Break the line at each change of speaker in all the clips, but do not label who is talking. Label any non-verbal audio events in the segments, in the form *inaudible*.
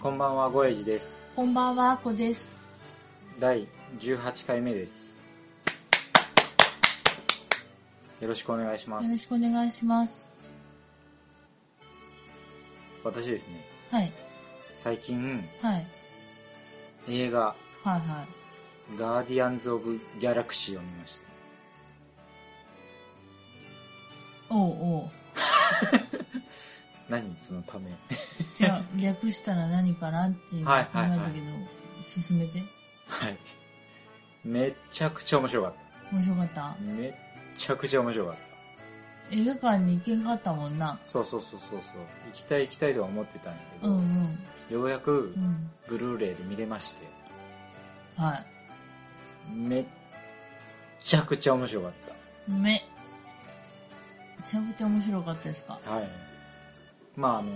こんばんは、ごえじです。
こんばんはあこです
第18回目です。よろしくお願いしま
よろ
す。
しくお願いします
私ですね、
はい
最近
はい
映画
はいはい
ガーディアンズ・オブ・ギャラクシーを見まし
おうおう
た。何そのため。 *laughs*
じゃ *laughs* あ略したら何かなって今
はい
考えた
はいはい
けど、進めて
はい。めっちゃくちゃ面白かっ
面白かった
た。めっちゃくちゃ面白かっ
映画館に行けんかったもんな
た。そうそうそうそうそう。行きたい行きたいとは思ってたんだけ
うん
ど、
うん
ようやく
うん
ブルーレイで見れまして、
は
めっちゃくちゃ面白かっ
い。め。めちゃくちゃ面白かったですか
た。はい。まああの、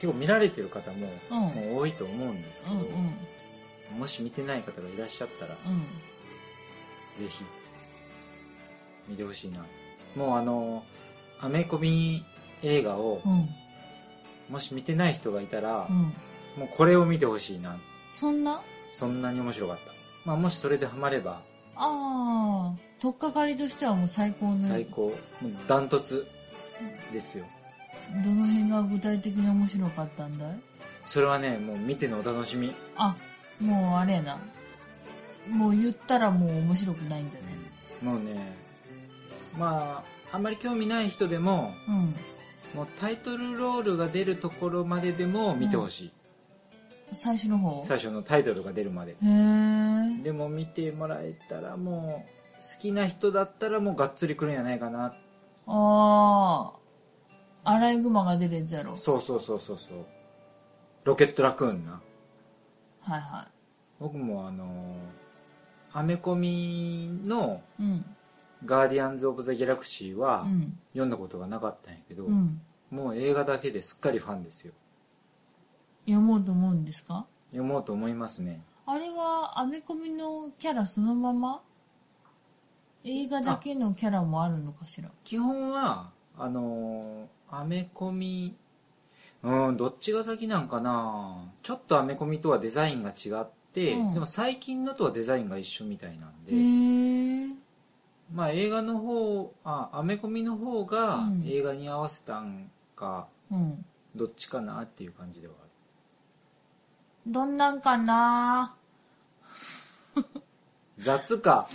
結構見られてる方も、
うん
もう多いと思うんですけ
う
ど、
んうん。うん。
もし見てない方がいらっしゃったら、ぜひ、見てほしいな。もうあの、アメコミ映画を
う、ん。
もし見てない人がいたら
う、ん。
もうこれを見てほしいな。
そんな
そんなに面白かった。まあもしそれでハマれば、
ああ、とっかかりとしてはもう最高の。
最高。もうダントツですよ。
どの辺が具体的に面白かったんだい
それはね、もう見てのお楽しみ。
あ、もうあれやな。もう言ったらもう面白くないんだね。
もうね、まあ、あんまり興味ない人でも、
うん。
もうタイトルロールが出るところまででも見てほしい。
最初の方
最初のタイトルが出るまで。
へえ。
でも見てもらえたらもう、好きな人だったらもうがっつり来るんじゃないかな。
ああ、アライグマが出るやつやろ。
そうそうそうそうそう。ロケットラクーンな。
はいは
僕もあのーアメコミの
い。うん。
ガーディアンズ・オブ・ザ・ギャラクシーは
うん。
読んだことがなかったんやけど、
うん。
もう映画だけですっかりファンですよ。
読もうと思うんですか
読もうと思いますね。
あれは、アメコミのキャラそのまま映画だけのキャラもあるのかしら。
基本は、あのーアメコミ、うん、どっちが先なんかなちょっとアメコミとはデザインが違って、
うん
でも最近のとはデザインが一緒みたいなんで、
へー。
まあ映画の方、あ、アメコミの方が
うん
映画に合わせたんか、
うん。
どっちかなっていう感じではある。
どんなんかな *laughs*
雑か。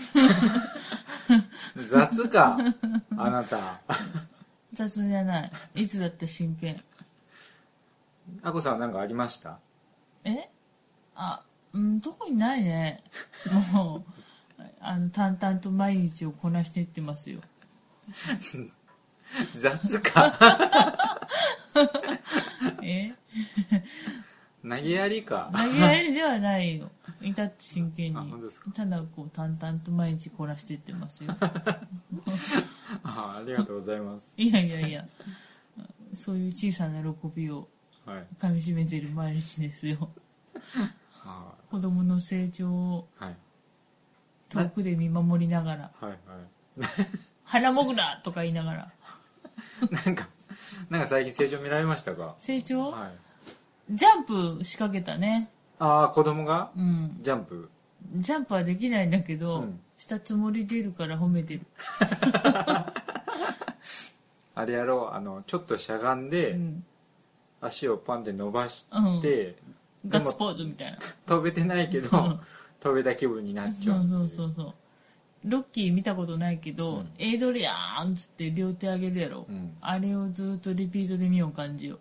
雑か。あなた。
雑じゃない。いつだって真剣。
あこさんは何かありました
えあ、うん、特にないね。もう、あの、淡々と毎日をこなしていってますよ。*laughs*
雑か。
え
投げやりか。
投げやりではないよ。至って真剣に
あ本当ですか。
ただ、こう、淡々と毎日こなしていってますよ。
あありがとうございます。
いやいやいや、そういう小さな喜びを
はい。
かみしめている毎日ですよ。
は
子供の成長を
い。はい。
遠くで見守りながら、
はい。
花もぐらとか言いながら。
なんか、なんか最近成長見られましたか
成長、
はい。
ジャンプ仕掛けたね。
ああ、子供が
うん。
ジャンプ。
ジャンプはできないんだけど、
うん
したつもりでいるから褒めてる。
あれやろう、あの、ちょっとしゃがん
う
で、
ん。
足をパンで伸ばし
うん
て、で
ガッ
も
ツポーズみたいな。
飛べてないけ
うん
ど、飛べた気分になっち
そ
ゃう
う
ってい
そうそうそう。ロッキー見たことないけど、
うん
エイドリアンっつって両手上げるやろ。
うん
あれをずっとリピートで見よう感じよ。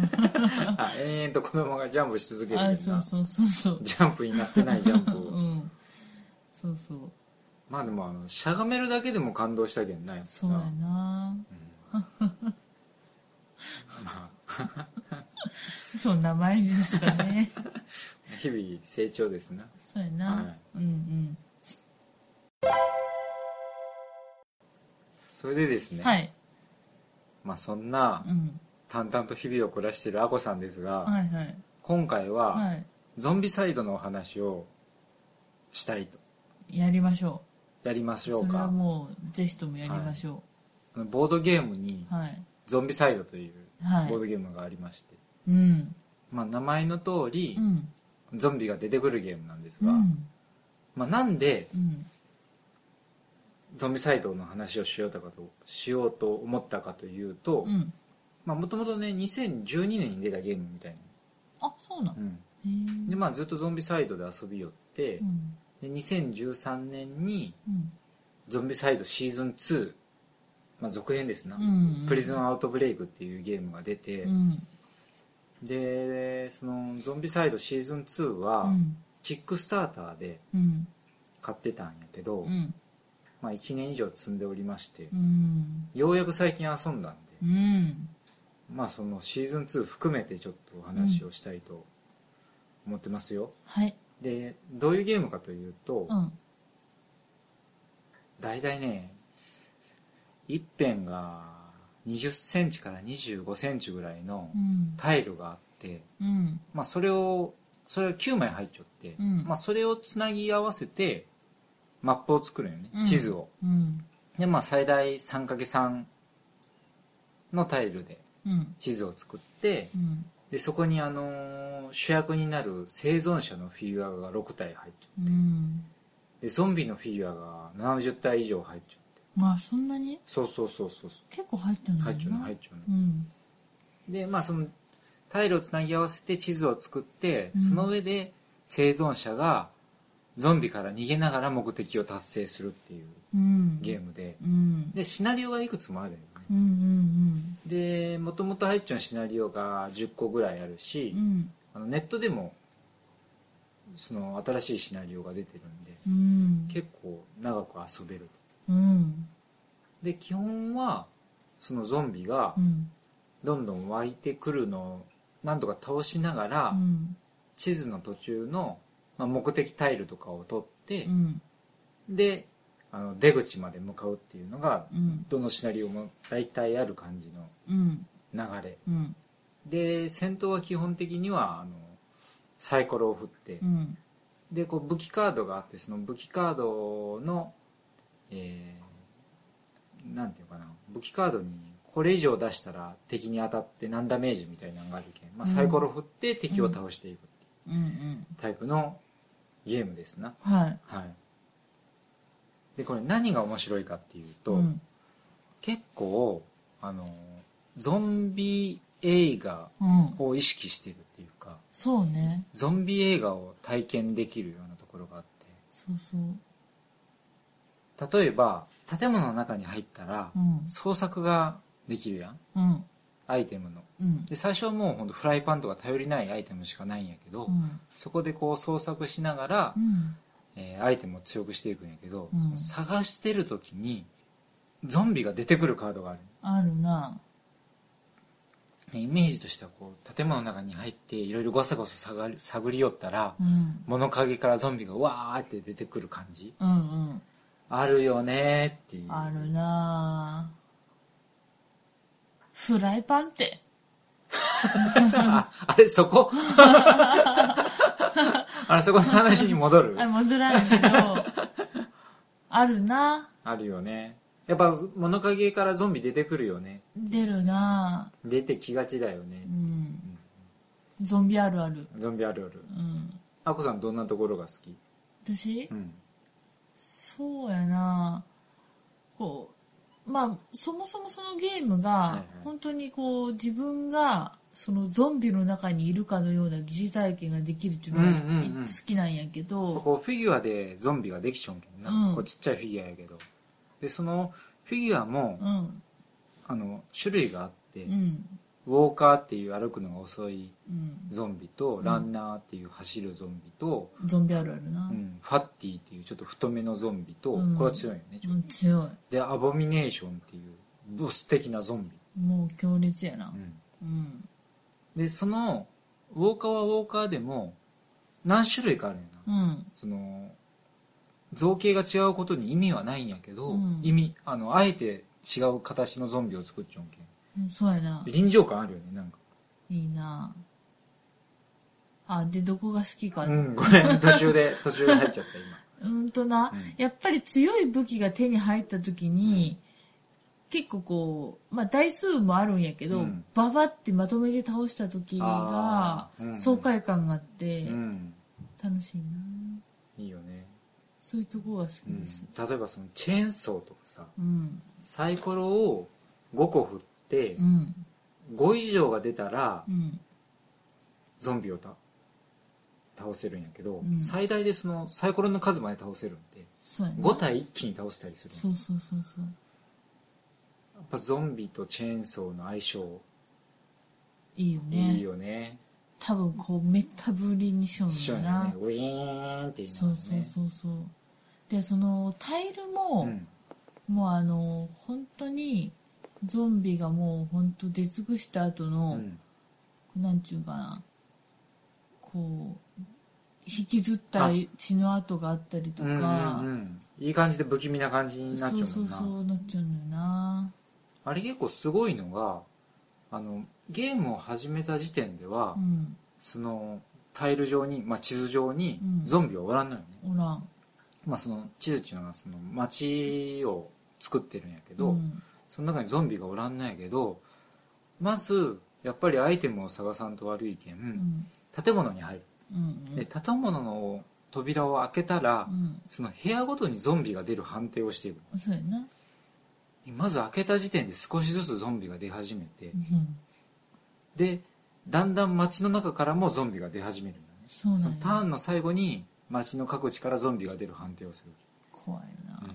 *laughs* あ、延々と子供がジャンプし続ける
あ
みたい
そう
な。
そうそうそう
ジャンプになってないジャンプ
う *laughs*
を。
んそうそう
まあでも、あの、しゃがめるだけでも感動したけどない
そうやな
まあ
そんな毎日ですか
*laughs*
ね
日々成長ですな
そうやな、
はい
うんうん
それでですね、
はい、
まあそんな
うん、
淡々と日々を暮らしているあこさんですが、
はいはい
今回は
は
ゾンビサイドのお話をしたいと
いやりましょ
やりまし
う
ょう
それは
か
もうぜひともやりましょ
あのボードゲームに
うはい
ゾンビサイドという
はい
ボードゲームがありまして、
うん
まあ名前の通り
う、ん
ゾンビが出てくるゲームなんです
う
が、
ん
まあなんで
うん
ゾンビサイドの話をしようとかとしようと思ったかというと
うん
まあもともとね2012年に出たゲームみたい
あそうなの
な、うん
へー
でまあずっとゾンビサイドで遊びよって
う、ん
で2013年に
うん
ゾンビサイドシーズン2、まあ、続編ですな、
うんうん
プリズンアウトブレイクっていうゲームが出て、
うん
でそのゾンビサイドシーズン2
う
は
ん
キックスターターで
うん
買ってたんやけど、
うん
まあ、1年以上積んでおりまして、
うん
ようやく最近遊んだんで、
うん
まあそのシーズン2含めてちょっとお話をしたいと思ってますよ、
はい
でどういうゲームかというと、
うん
大体ね一辺が20センチから25センチぐらいの
うん
タイルがあって、
うん
まあ、それをそれが9枚入っちゃって、
うん
まあ、それをつなぎ合わせてマップを作るよね
うん
地図を、
うん
でまあ最大 3×3 のタイルで
うん
地図を作って
うん
でそこにあのー主役になる生存者のフィギュアが6体入っちゃ
うん
うでゾンビのフィギュアが70体以上入っちゃう
まあそんなに
そうそうそうそうそう
結構入ってるんだ
入
よな
っちゃうの入っちゃうの
うん
でまあそのタイルをつなぎ合わせて地図を作って、
うん
その上で生存者がゾンビから逃げながら目的を達成するっていう
うん
ゲームで、
うん
でシナリオがいくつもあるよね、
うんうん
でもともと入っちゃうシナリオが10個ぐらいある
う
し、
んうん
あのネットでもその新しいシナリオが出てるんで
うん
結構長く遊べる
うん
で基本はそのゾンビが
うん
どんどん湧いてくるのを何とか倒しながら、
うん
地図の途中の、まあ、目的タイルとかを取って
う、ん
であの出口まで向かうっていうのが
うん
どのシナリオも大体ある感じの
うん
流れ
うん
で戦闘は基本的にはあのサイコロを振って、
うん
でこう武器カードがあってその武器カードの、えーなんていうかな武器カードにこれ以上出したら敵に当たって何ダメージみたいなのがあるけん、まあ、サイコロ振って敵を倒していくってい
うんうん
うタイプのゲームですな、
はい
はい、でこれ何が面白いかっていうと、
うん
結構あのゾンビ映画
うん
を意識してるっていうか
そうね
ゾンビ映画を体験できるようなところがあっ
そうそう
て例えば建物の中に入ったら
うん
捜索ができるやん
うん
アイテムの
うん
で最初はもうほんとフライパンとか頼りないアイテムしかないんやけど、
うん
そこでこう捜索しながら、
うん
えーアイテムを強くしていくんやけど、
うん
探してる時にゾンビが出てくるカードがある
あるな
ねイメージとしてはこう建物の中に入っていろいろゴサゴサ探り探り寄ったら、
うん
物陰からゾンビがわーって出てくる感じ
うんうん
あるよねーっていう
あるなぁフライパンって
あ *laughs* あれそこ *laughs* あれそこの話に戻る
あれ戻らないけ
*laughs*
どあるな
あるよねやっぱ物陰からゾンビ出てくるよね
出るな
出てきがちだよね
ぁう、んゾンビあるある
ゾンビあるある
うん
あこさんどんなところが好き
私
うん
そうやなこうまあそもそもそのゲーム
いは
が
い
本当にこう自分がそのゾンビの中にいるかのような疑似体験ができるっていうのが
うんうんうん
好きなんやけど
こうフィギュアでゾンビができちゃうんけんな、
うん
こうちっちゃいフィギュアやけどでそのフィギュアも、
うん
あの種類があって、
う
ウ
ん
ォーカーっていう歩くのが遅い
うん
ゾンビと、
ん
ランナーっていう走るゾンビと、
ゾンビあるある
う、
なん
ファッティっていうちょっと太めのゾンビと、
うん
これは強いよね、
うん強い
でアボミネーションっていうボス的なゾンビ、
もう強烈やな
うん
うん
でそのウォーカーはウォーカーでも何種類かあるんやな、
うん
その造形が違うことに意味はないんやけど、
うん
意味あのあえて違う形のゾンビを作っちゃうんけん
うんそうやな
臨場感あるよねなんか、
いいなあでどこが好きか、
うん、ごめん途
*laughs*
中で途中で入っちゃった今
うんとな、
うん
やっぱり強い武器が手に入った時に、結構こう、まあ、台数もあるんやけど、
うん
ババってまとめて倒した時が
あーうん
爽快感があって
うん
楽しいな、
いいよね、
そういうとこが好き
うん
です
例えばそのチェーンソーとかさ
うん
サイコロを5個振って
うん
5以上が出たら
うん
ゾンビをた倒せるんやけど、
うん
最大でそのサイコロの数まで倒せるんで
そうやな
5体一気に倒せたりするんや
そうそうそうそう
やっぱゾンビとチェーンソーの相性
いいよね
いいよね
多分こうめったぶりにしよ
一緒
う
や
んだな、
ねウィーンって言いな
そ
が
う
ら
そう
ね
そうそうでそのタイルも、
うん
もうあの本当にゾンビがもう本当出尽くした後
う
の、
ん
なんちゅうかなこう引きずった血の跡があったりと
うんうん
か、
うんいい感じで不気味な感じにな
そ
っちゃ
う
うも
そ
ん
う
な
そうなっちゃうのよな
あれ結構すごいのがあのゲームを始めた時点では、
うん
そのタイル上に、まあ、地図上に
うん
ゾンビはおらんのよね、
おらん
まあ、その地図っていうのはその街を作ってるんやけど、
うん
その中にゾンビがおらんのやけどまずやっぱりアイテムを探さんと悪いけん、
うん
建物に入る
うんうん
で建物の扉を開けたら、その部屋ごとにゾンビが出る判定をしていく
うんそうやな
まず開けた時点で少しずつゾンビが出始めて、
うん
でだんだん街の中からもゾンビが出始めるんだね
そう
そ
な
の
ん
ター
や
ンの最後に街の各地からゾンビが出る判定をする、
怖いな、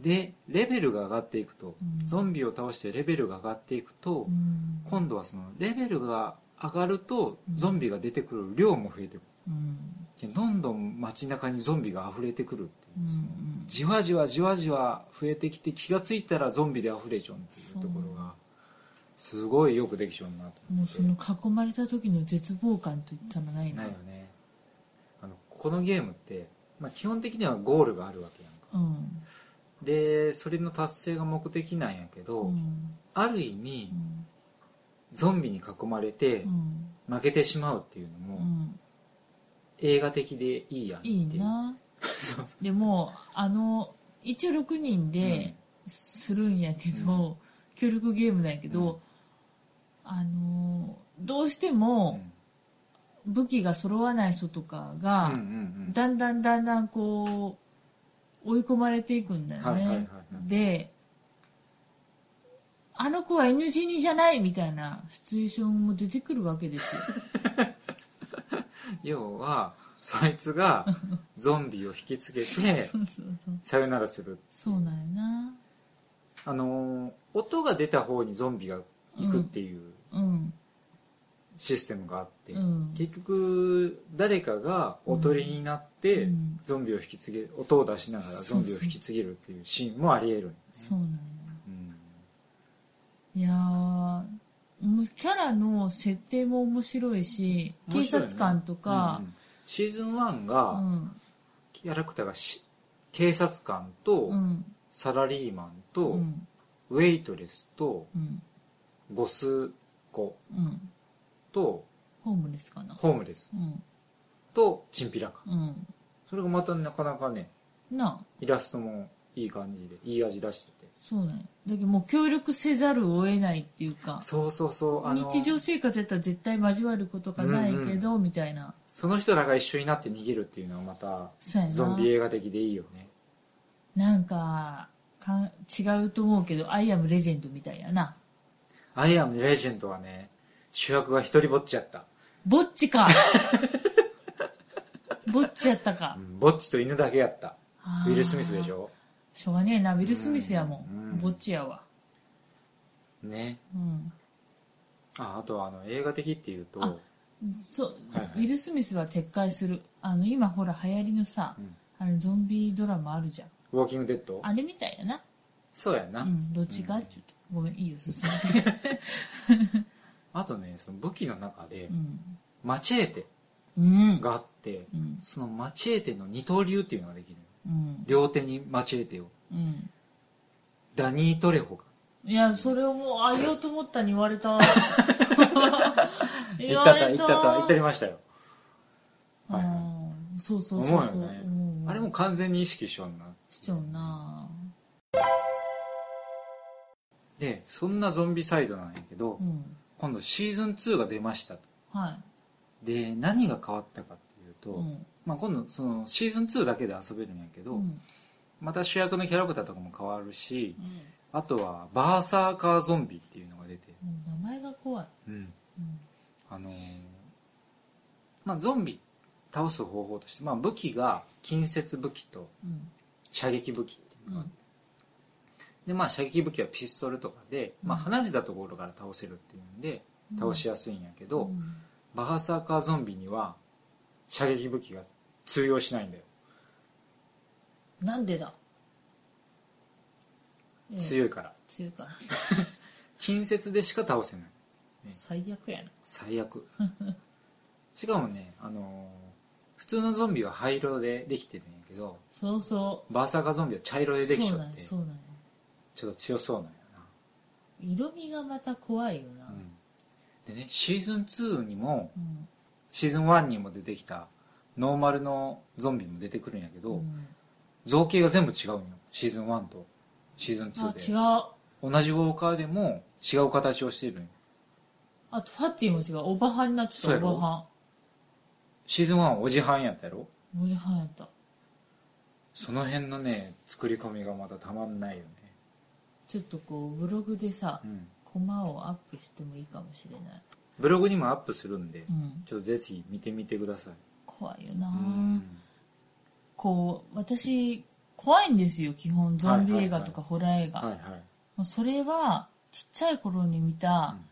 でレベルが上がっていくと、
うん
ゾンビを倒してレベルが上がっていくと、
うん
今度はそのレベルが上がると
うん
ゾンビが出てくる量も増えてく
うん
るでどんどん街中にゾンビが溢れてくるってい
う
う、
ん
そのじわじわじわじわ増えてきて気がついたらゾンビで溢れちゃうっていうところがすごいよくできちゃうなと思
も
っ
う
て
その囲まれた時の絶望感といったらないな
ないよねあのこのゲームって、まあ、基本的にはゴールがあるわけやんか
うん
でそれの達成が目的なんやけど、
うん
ある意味
うん
ゾンビに囲まれて
うん
負けてしまうっていうの
う
も
ん
映画的でいいやんってい
いういなでもあの一応6人でするんやけど、協力ゲームなんやけど、あのどうして
うん
も武器が揃わない人とかが、
うんうん
だんだんだんだんこう追い込まれていくんだよね、
はいはいはいはい
であの子は N2 じゃないみたいなシチュエーションも出てくるわけ
*laughs*
ですよ
うん要はそいつがゾンビを引きつ
*laughs*
けて
そうそうそう
さよならする
そうなんやな
あのー音が出た方にゾンビが行くっていう
うん
システムがあって、
うん
結局誰かがおとりになって、
うん
ゾンビを引き継げ音を出しながらゾンビを引き継げるっていうシーンもありえる、
そうなんや
うん
いやーもうキャラの設定も面白いし
面
警
白いね
察官とか
うんうんシーズン1
う
が
ん
キャラクターがし警察官
う
と
ん
サラリーマン
う
と
ん
ウェイトレスと
うん
ゴス子
うん
と
ホームレスかな
ホームレス
うん
とチンピラか
うん
それがまたなかなかね
なあ
イラストもいい感じでいい味出してて
そうなんやだけどもう協力せざるを得ないっていうか
そうそうそうあの
日常生活やったら絶対交わることがないけど、みたいな
その人らが一緒になって逃げるっていうのはまた
そうやな
ゾンビ映画的でいいよね
なんかかん違うと思うけど「アイアムレジェンド」みたいやな
アイアムレジェンドはね主役が一人ぼっちやった、
ぼっち
*laughs*
かぼっちやったか
うんぼっちと犬だけやった
あ
ウ
ー
ィル・スミスでしょ
しょうがねえなウィル・スミスやもん、
うん
ぼっちやわ
ね
うん
ああとはあの映画的っていうと
あそう、
はいはい
ウィル・スミスは撤回するあの今ほら流行りのさ、
うん
あのゾンビドラマあるじゃん
「ウォーキング・デッド
あれみたいやな」
そうやな、
うんどっちがちょっとごめんいいよ進めて
あとねその武器の中で
うん
マチェーテ
うん。
があって、
うん。
そのマチェーテの二刀流っていうのができる
うん。
両手にマチェーテを
うん。
ダニー・トレホが
いや、それをもう、あげようと思ったに言われ
*laughs*
た。
言
言
った
わ
った言
れ
った
た。
った言ってりましたよ、はいはい
うんそうそう
思
そうう
よ
そう。
ね、
うん
あれも完全に意識しちゃうな
しちゃうな
でそんなゾンビサイドなんやけど、
うん。
今度シーズン2が出ましたと
はい。
で何が変わったかっていうと、
うん。
まあ、今度そのシーズン2だけで遊べるんやけど、
うん
また主役のキャラクターとかも変わるし
う、ん
あとはバーサーカーゾンビっていうのが出て、
もう名前が怖い。うん。
あのーまあゾンビ倒す方法として、まあ、武器が近接武器と
うん。
射撃武器っていうのがあって、
う
でまあ射撃武器はピストルとかで、まあ、
うん
離れたところから倒せるっていうんで倒しやすいんやけど、
うん
バーサーカーゾンビには射撃武器が通用しないんだよ、
なんでだい。
強いから
強いから。
近接でしか倒せない
最悪やな。
最 *laughs* 悪しかもね、あのー普通のゾンビは灰色でできてるんやけど
そうそ
バーサーカーゾンビは茶色
う。
でできち
そう
ゃっ
なんや
て
そうなんや
ちょっと強そうなんや
色味がまた怖いよな
な、。うんでねシーズン2にも
うん。
シーズン1にも出てきたノーマルのゾンビも出てくるんやけど、
うん
造形が全部違うんよシーズン1とシーズン
あ、違
2
う。
で
あ
同じウォーカーでも違う形をしてるんよ
と、ファッティも違う。オバハンになっち
そう
ゃ
や
った、
ろ
オバハ
シーズン1はおじはんやったやろ
ン。オバハンやった。
その辺のね作り込みがまたたまんないよね、
ちょっとこう、ブログでさ
う、ん、
コマをアップしてもいいかもしれない。
ブログにもアップするんで、
うん。
ちょっとぜひ見てみてください
怖いよな
うん
こう、私、怖いんですよ、基本。ゾンビ映画とかホラー映画。
はいはい
もうそれは、ちっちゃい頃に見た
うん、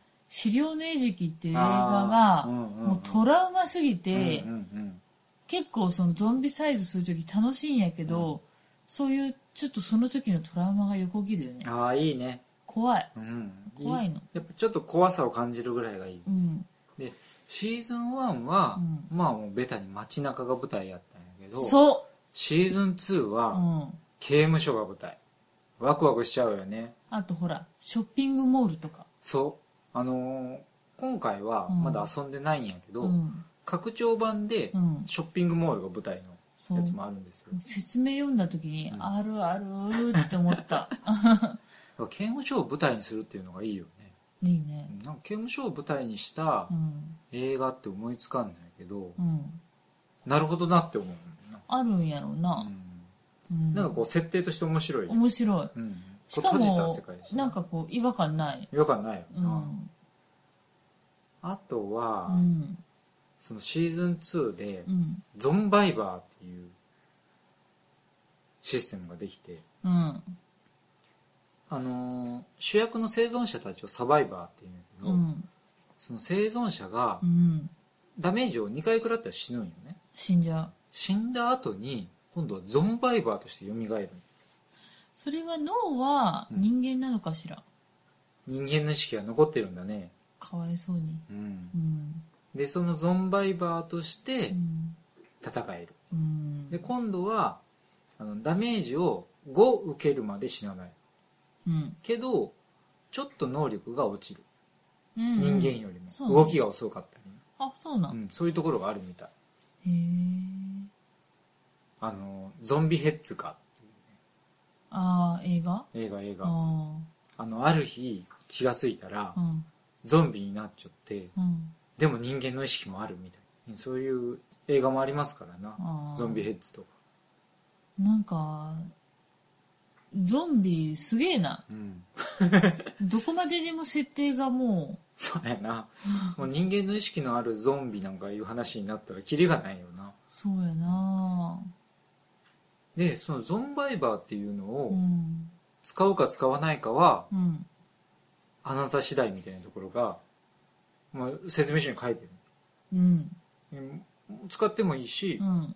狩猟の餌食っていう映画
あ
が、
ーうんうんうん
もうトラウマすぎて、
うんうん
結構そのゾンビサイズするとき楽しいんやけど、そういう、ちょっとその時のトラウマが横切るよね
うん、。ああいいね、
怖い。
うん、
怖いの
やっぱちょっと怖さを感じるぐらいがいい
うん。
でシーズン1は、
う
まあもうベタに街中が舞台やったんやけど
そ
シーズン2
う。う
は
ん。
刑務所が舞台ワクワクしちゃうよね
あとほら、ショッピングモールとか。
そうあのー今回は
うん
まだ遊んでないんやけど、
うん。
拡張版で
うん
ショッピングモールが舞台
そ
のや
う
つ。もあるんですよ、
説明読んだ時に、
うん
あるあるーって思
*laughs*
った。
刑務所を舞台にするっていうのがいいよね
いいね。
なんか刑務所を舞台にした
うん。
映画って思いつかんないけど、
うん。
なるほどなって思うな,、
あるんやろうな。うん。
なんかこう設定として面白い、うん、
面白い。しか
こう
も
閉じた世界で、し
なんかこう、違和感ない。
違和感ないよ
う
な、
ん。
あとは、
うん。
そのシーズン2で
うん。
ゾンバイバーっていうシステムができて、
うん。
あのー主役の生存者たちをサバイバーっていうんやけど、
うん。
その生存者が
うん。
ダメージを2回食らったら死ぬんよね
死んじゃう。
死んだ後に今度はゾンバイバーとして蘇る
それは脳は
うん
人間なのかしら。
人間の意識が残ってるんだね、
かわいそうに。
うん
うん。
でそのゾンバイバーとし
う
て
ん。
戦える、
うん。
で今度はあのダメージを5受けるまで死なない
うん。
けどちょっと能力が落ちる
うん
人間よりも、
そうね
動きが遅かったり、
あ、そうな。
うん
へ
ん、そういうところがあるみたい
え。
あのゾンビヘッズか
ああ、映画
映画映画あ
あ
のある日気がついたら
あ。うん。
ゾンビになっちゃって
うん。
でも人間の意識もあるみたいうんそういう映画もありますからな
ああ。
ゾンビヘッズとか、
なんか、ゾンビすげえな。
うん、
どこまででも設定がも
そうやなもう人間の意識のあるゾンビなんかいう話になったらキリがないよな
う、そうやな
でそのゾンバイバーっていうの
う
を
ん。
使うか使わないかは
うん。
あなた次第みたいなところが、まあ、説明書に書いて
うん。
るうん使ってもいいし、
うん。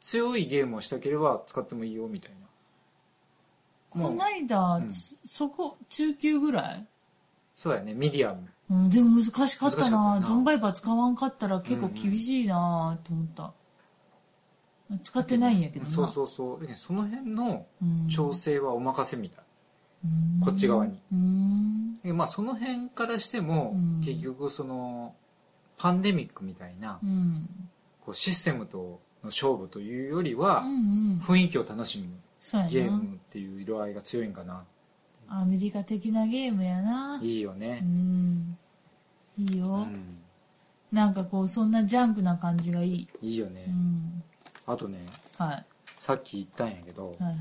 強いゲームをしたければ使ってもいいよみたいな
こないだ、
うん
そそこ、中級ぐらい
そうやねミディアム
うん、でも難しかった
難しか
な
ったな
ゾンバイバー使わんかったら結構厳しいなと思った、使ってないんやけどな
そうそうそうだけどその辺の
うん
調整はお任せみたい、こっち側に
うん
でまあ、その辺からしても、
うん
結局そのパンデミックみたいな、
うんうん
こうシステムとの勝負というよりは、
うん
雰囲気を楽しむ
そう
ゲ
や
ー
な
ムっていう色合いが強いんかな、
アメリカ的なゲームやない
いよ
う
ね、
んいいうよ、
ん、
なんかこうそんなジャンクな感じがいい、
いいよ
う
ね、
ん、
あとね
はい
さっき言ったんやけど、
はいはいはい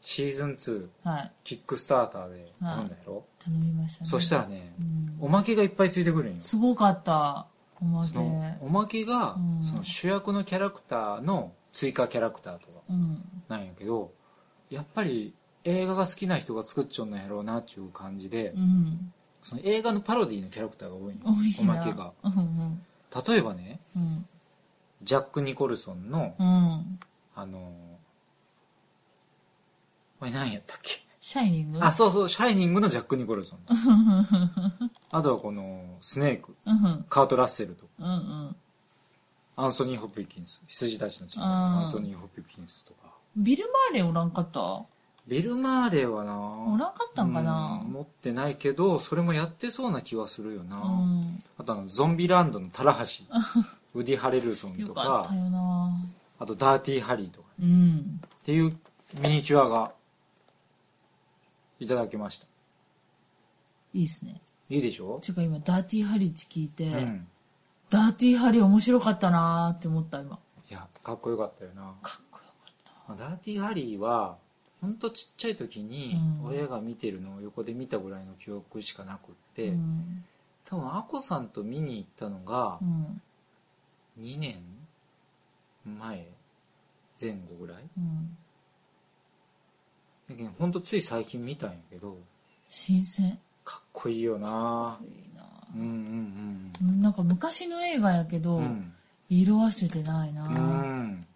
シーズン2
はい
キックスターターで頼んだやろ、
頼みましたね
そしたらね
うん
おまけがいっぱいついてくるんよ
すごかったおまけ
そのおまけが、
うん
その主役のキャラクターの追加キャラクターとか
うん
なんやけどやっぱり映画が好きな人が作っちゃうんやろうなっていう感じで、
うん
その映画のパロディのキャラクターが多いんよ
多いな
おまけが
うんうん
例えばね
うん
ジャック・ニコルソンの、
うん
あのーこれ何やったっけ
シャイニング
あそうそう「シャイニング」のジャック・ニコ
*laughs*
ルソンあとはこのスネーク
うんうん
カート・ラッセルと
うんうん
アンソニー・ホピキンス羊たちのチーム
うん
アンソニー・ホピキンスとか
ビル・マーレおらんかったお
ビル・マーレはな
らんかったんかな
うん持ってないけどそれもやってそうな気はするよな、
うん
あとあのゾンビランドのタラ
*laughs*
ハシウディ・ハレルソン
よ
と
か
か
ったよな
あとダーティー・ハリーとか
うん
っていうミニチュアがいただきました
いいっすね
いいでしょ、
ていうか今ダーティーハリッチ聞いて、
うん
ダーティーハリー面白かったなーって思った今
いやかっこよかったよな
かっこよかった
まあダーティーハリーはほんとちっちゃい時に
うん
親が見てるのを横で見たぐらいの記憶しかなくって、
うん
多分アコさんと見に行ったのが
うん
2年前前後ぐらい
うん
だけどほんとつい最近見たんやけど
新鮮
かっこいいよない
いな
うんうん
なんか昔の映画やけど、
うんうん
色あせてないな
うんうん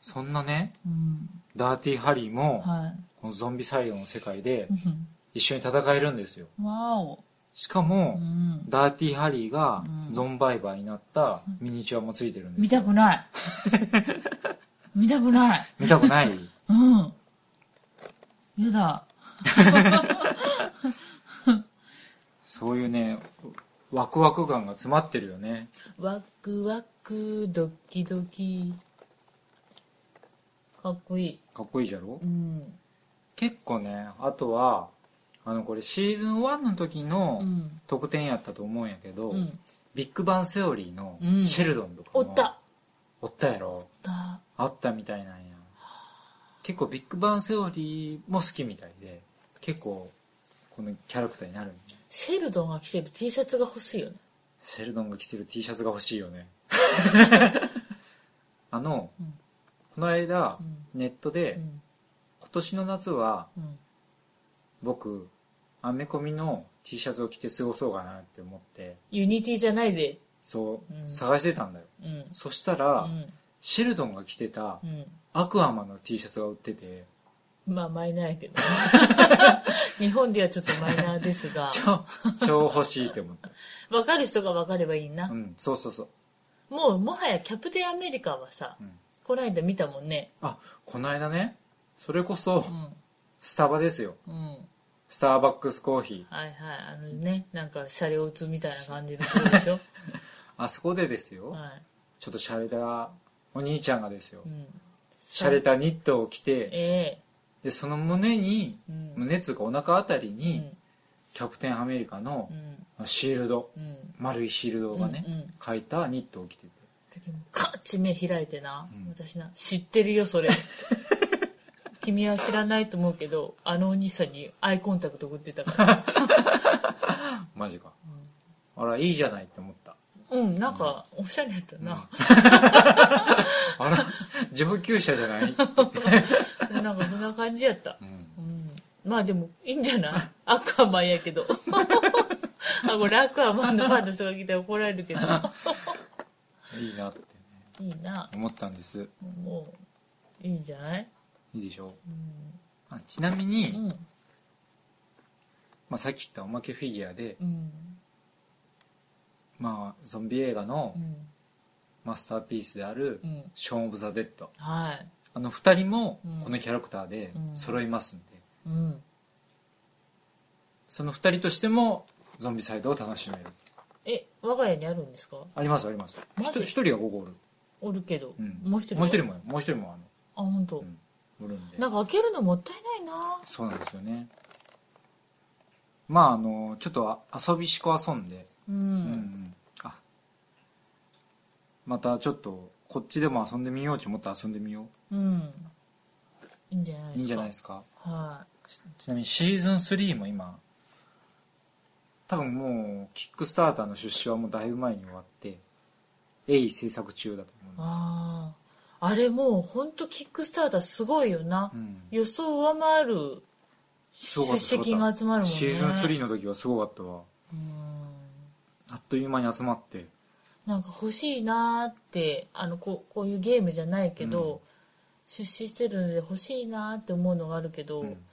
そんなね
うん、
ダーティーハリーも
は
このゾンビサイドの世界で
いうん
一緒に戦えるんですよ
わお、
しか
う
も、
ん、
ダーティーハリーが
うん
ゾンバイバーになったミニチュアもついてるんです
見たく
い
ない *laughs* 見たくない
見たくない
うんやだ
そういうねワクワク感が詰まってるよね
ワクワクドキドキかっこいい
かっこいいじゃろ
うん
結構ねあとはあのこれシーズン1の時の
うん
特典やったと思うんやけど、
うん
ビッグバンセオリーの
うん
シェルドンとかも
おった
おったやろ
だ
あったみたいなんや結構ビッグバンセオリーも好きみたいで結構このキャラクターになるんだよ
シェルドンが着てる T シャツが欲しいよね
シェルドンが着てる T シャツが欲しい
*laughs*
よねあの、
うん
この間、
うん
ネットで、
うん
今年の夏は
うん
僕アメコミの T シャツを着て過ごそうかなって思って
ユニティじゃないぜ
そう、
うん
探してたんだよ
うん
そしたら、
うん
シェルドンが着てた
うん
アクアマンの T シャツが売ってて
まあマイナーや *laughs* けど日本ではちょっとマイナーですが
超超欲しいって思
*laughs*
った
分かる人が分かればいいな、
うんそうそうそう、
もうもはやキャプテンアメリカはさ
うん、
こないだ見たもんね
あこの間ねそれこそ
う
スタバですよ
んうん
スターバックスコーヒー
はいはいあのねなんか車両打つみたいな感じの人でし
*laughs*
ょ
あそこでですよ、
は
ちょっと洒落たお兄ちゃんがですよ
い、うん、
洒落たニットを着て
え
でその胸に
えうん
胸っつうかお腹あたり
う
に
ん
キャプテンアメリカの
うん
シールド
うん
丸いシールドがね、
うんうん
書いたニットを着てて
時もカッチ目開いてな、
うん
私な知ってるよそ
*laughs*
れ君は知らないと思うけどあのお兄さんにアイコンタクト送ってた
*laughs*
から
マジか、あらいいじゃないって思った
うんなんかおしゃれや *laughs* ったな、
あら上級者じ
*laughs*
ゃない、
なんかそんな感じやった
う、ん
うん、まあでもいいんじゃ
*laughs*
ないアクアマンやけど *laughs* あこれアクアマンのファンの人が来たら怒られる
*laughs*
けど
いいなってね、
いいな
思ったんです
もういいんじゃない
いいでしょう
うん
あちなみに、
うん
まあ、さっき言ったおまけフィギュアで、
うん
まあ、ゾンビ映画の
うん
マスターピースである
う、ん
ショーン・オブ・ザ・デッド。
はい
あの2人も
うん
このキャラクターで
うん
揃いますんで、
うん
その2人としてもゾンビサイドを楽しめる。
え我が家にあるんですか
ありますあります。
マジ
1人が5個おる。
おるけど、
うん
もう一人は
もう一人も、もう一人も
あ本当、
あの、うん、おるんで。
なんか開けるのもったいないな
そうなんですよね。まあ、あの、ちょっとあ遊びしこ遊んで、
う、
うんんあまたちょっとこっちでも遊んでみようちもっと遊んでみよ
うんいいんじゃないですか
ういいんじゃないですか
は
ちちなみにシーズン3も今多分もうキックスターターの出資はもうだいぶ前に終わって鋭意制作中だと
い
思
あああれもうほんとキックスターターすごいよな、
うんです
予想上回る
すごかった
出席が集まるもんね
シーズン3の時はすごかったわ
うん
あっという間に集まって
なんか欲しいなーってあのこうこういうゲームじゃないけど、
うん
出資してるので欲しいなーって思うのがあるけど、
うん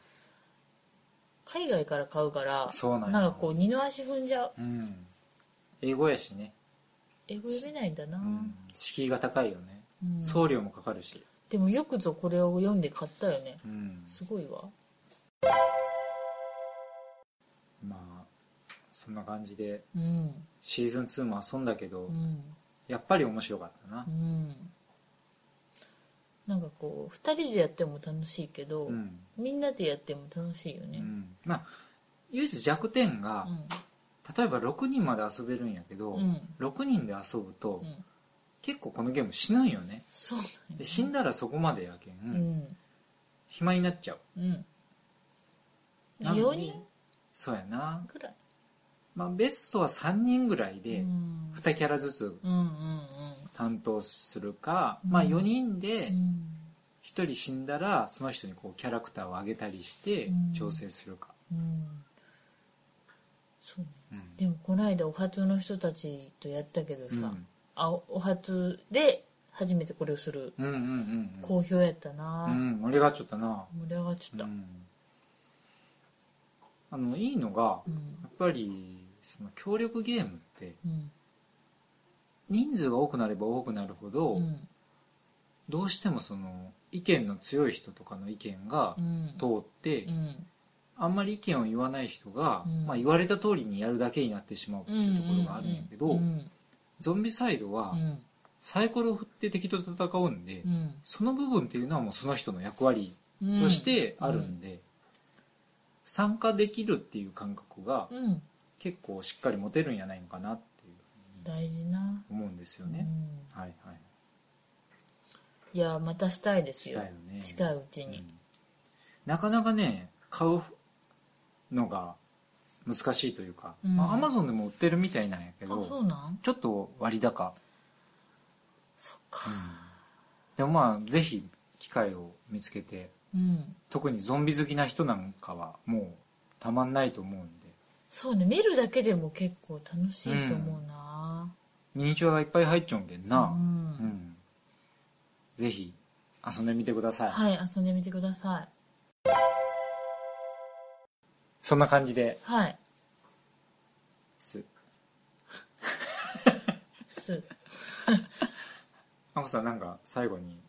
海外から買うから
そうなんや
かこう二の足踏んじゃう
うん英語やしね、
英語読めないんだな、
うん、敷居が高いよね、
うん
送料もかかるし、
でもよくぞこれを読んで買ったよね
うん、
すごいわ
まあそんな感じで
うん
シーズン2も遊んだけど、
うん
やっぱり面白かったな
うんなんかこう2人でやっても楽しいけど、
うん、
みんなでやっても楽しいよ
う
ね
んまあ唯一弱点が、例えば6人まで遊べるんやけど、
うんうん
6人で遊ぶと、
うん
結構このゲーム死ぬんよね
そうなんや
で死んだらそこまでやけん、
うん
暇になっちゃう
うん
なのに
4人
そうやな、
くらい
まあ、ベストは3人ぐらいで
うん
2キャラずつ
うんうん
担当するか、
うん
まあ4人
う
で
ん
1人死んだらその人にこうキャラクターをあげたりして
うん
調整するか、
うんそうね
うん
でもこの間お初の人たちとやったけどさ、
うん
あお初で初めてこれをする
うんうんうんうん
好評やった
う
な、
ん盛り上がっちゃったな、
盛り上がっちゃっ
う
た、
ん、あのいいのが
うん
やっぱりその協力ゲームって
うん
人数が多くなれば多くなるほど、
うん
どうしてもその意見の強い人とかの意見が
うん
通って、
うん
あんまり意見を言わない人が、
うん
まあ、言われた通りにやるだけになってしまうっていうところがあるんやけど、
うん
ゾンビサイドは
うん
サイコロを振って敵と戦うんで、
うん
その部分っていうのはもうその人の役割
うん
としてあるんで、参加できるっていう感覚が
うんうん
結構しっかり持てるんやないのかなっていうふうに
大事な、
思うんですよ
う
ね、
ん、
はいはい
いやまたしたいですよ
したいよね
近いうち
う
に、
んなかなかね買うのが難しいというか、
うん
まあ、アマゾンでも売ってるみたいなんやけ
あそ
ど
うなん
ちょっと割高、
そっか
でもまあぜひ機会を見つけて
うん
特にゾンビ好きな人なんかはもうたまんないと思うんで
そうね見るだけでも結構楽しいと思うな、
ミニチュアがいっぱい入っちゃうんけん
うん
な、うんぜひ遊んでみてください、
はい遊んでみてください
そんな感じで
はい
す
す
あこさんなんか最後に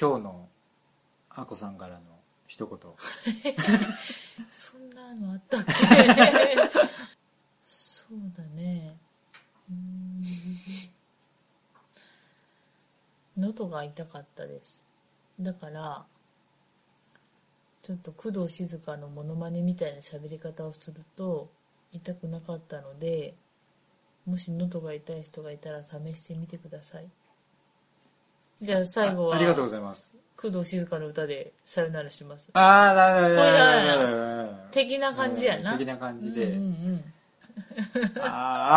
今日のあこさんからの一言
そんなのあったっけそうだね。うーん喉が痛かったです。だから、ちょっと工藤静香のモノマネみたいな喋り方をすると痛くなかったので、もし喉が痛い人がいたら試してみてください。じゃあ最後
あ
は
ありがとうございます
工藤静香の歌でさよならします。
ああだだだ
だだ
だだ
的な感じやな。
的な感じで、
うんうんうん
あ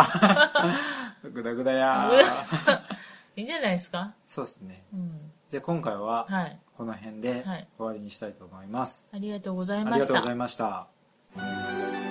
*laughs*
あグダグダや
グ *laughs* いいんじゃないですか
そうですね
うん。
じゃあ今回は
はい。
この辺で
はい
終わりにしたいと思います、
ありがとうござい
あ
ま
りが
し
とうござい
た。
ました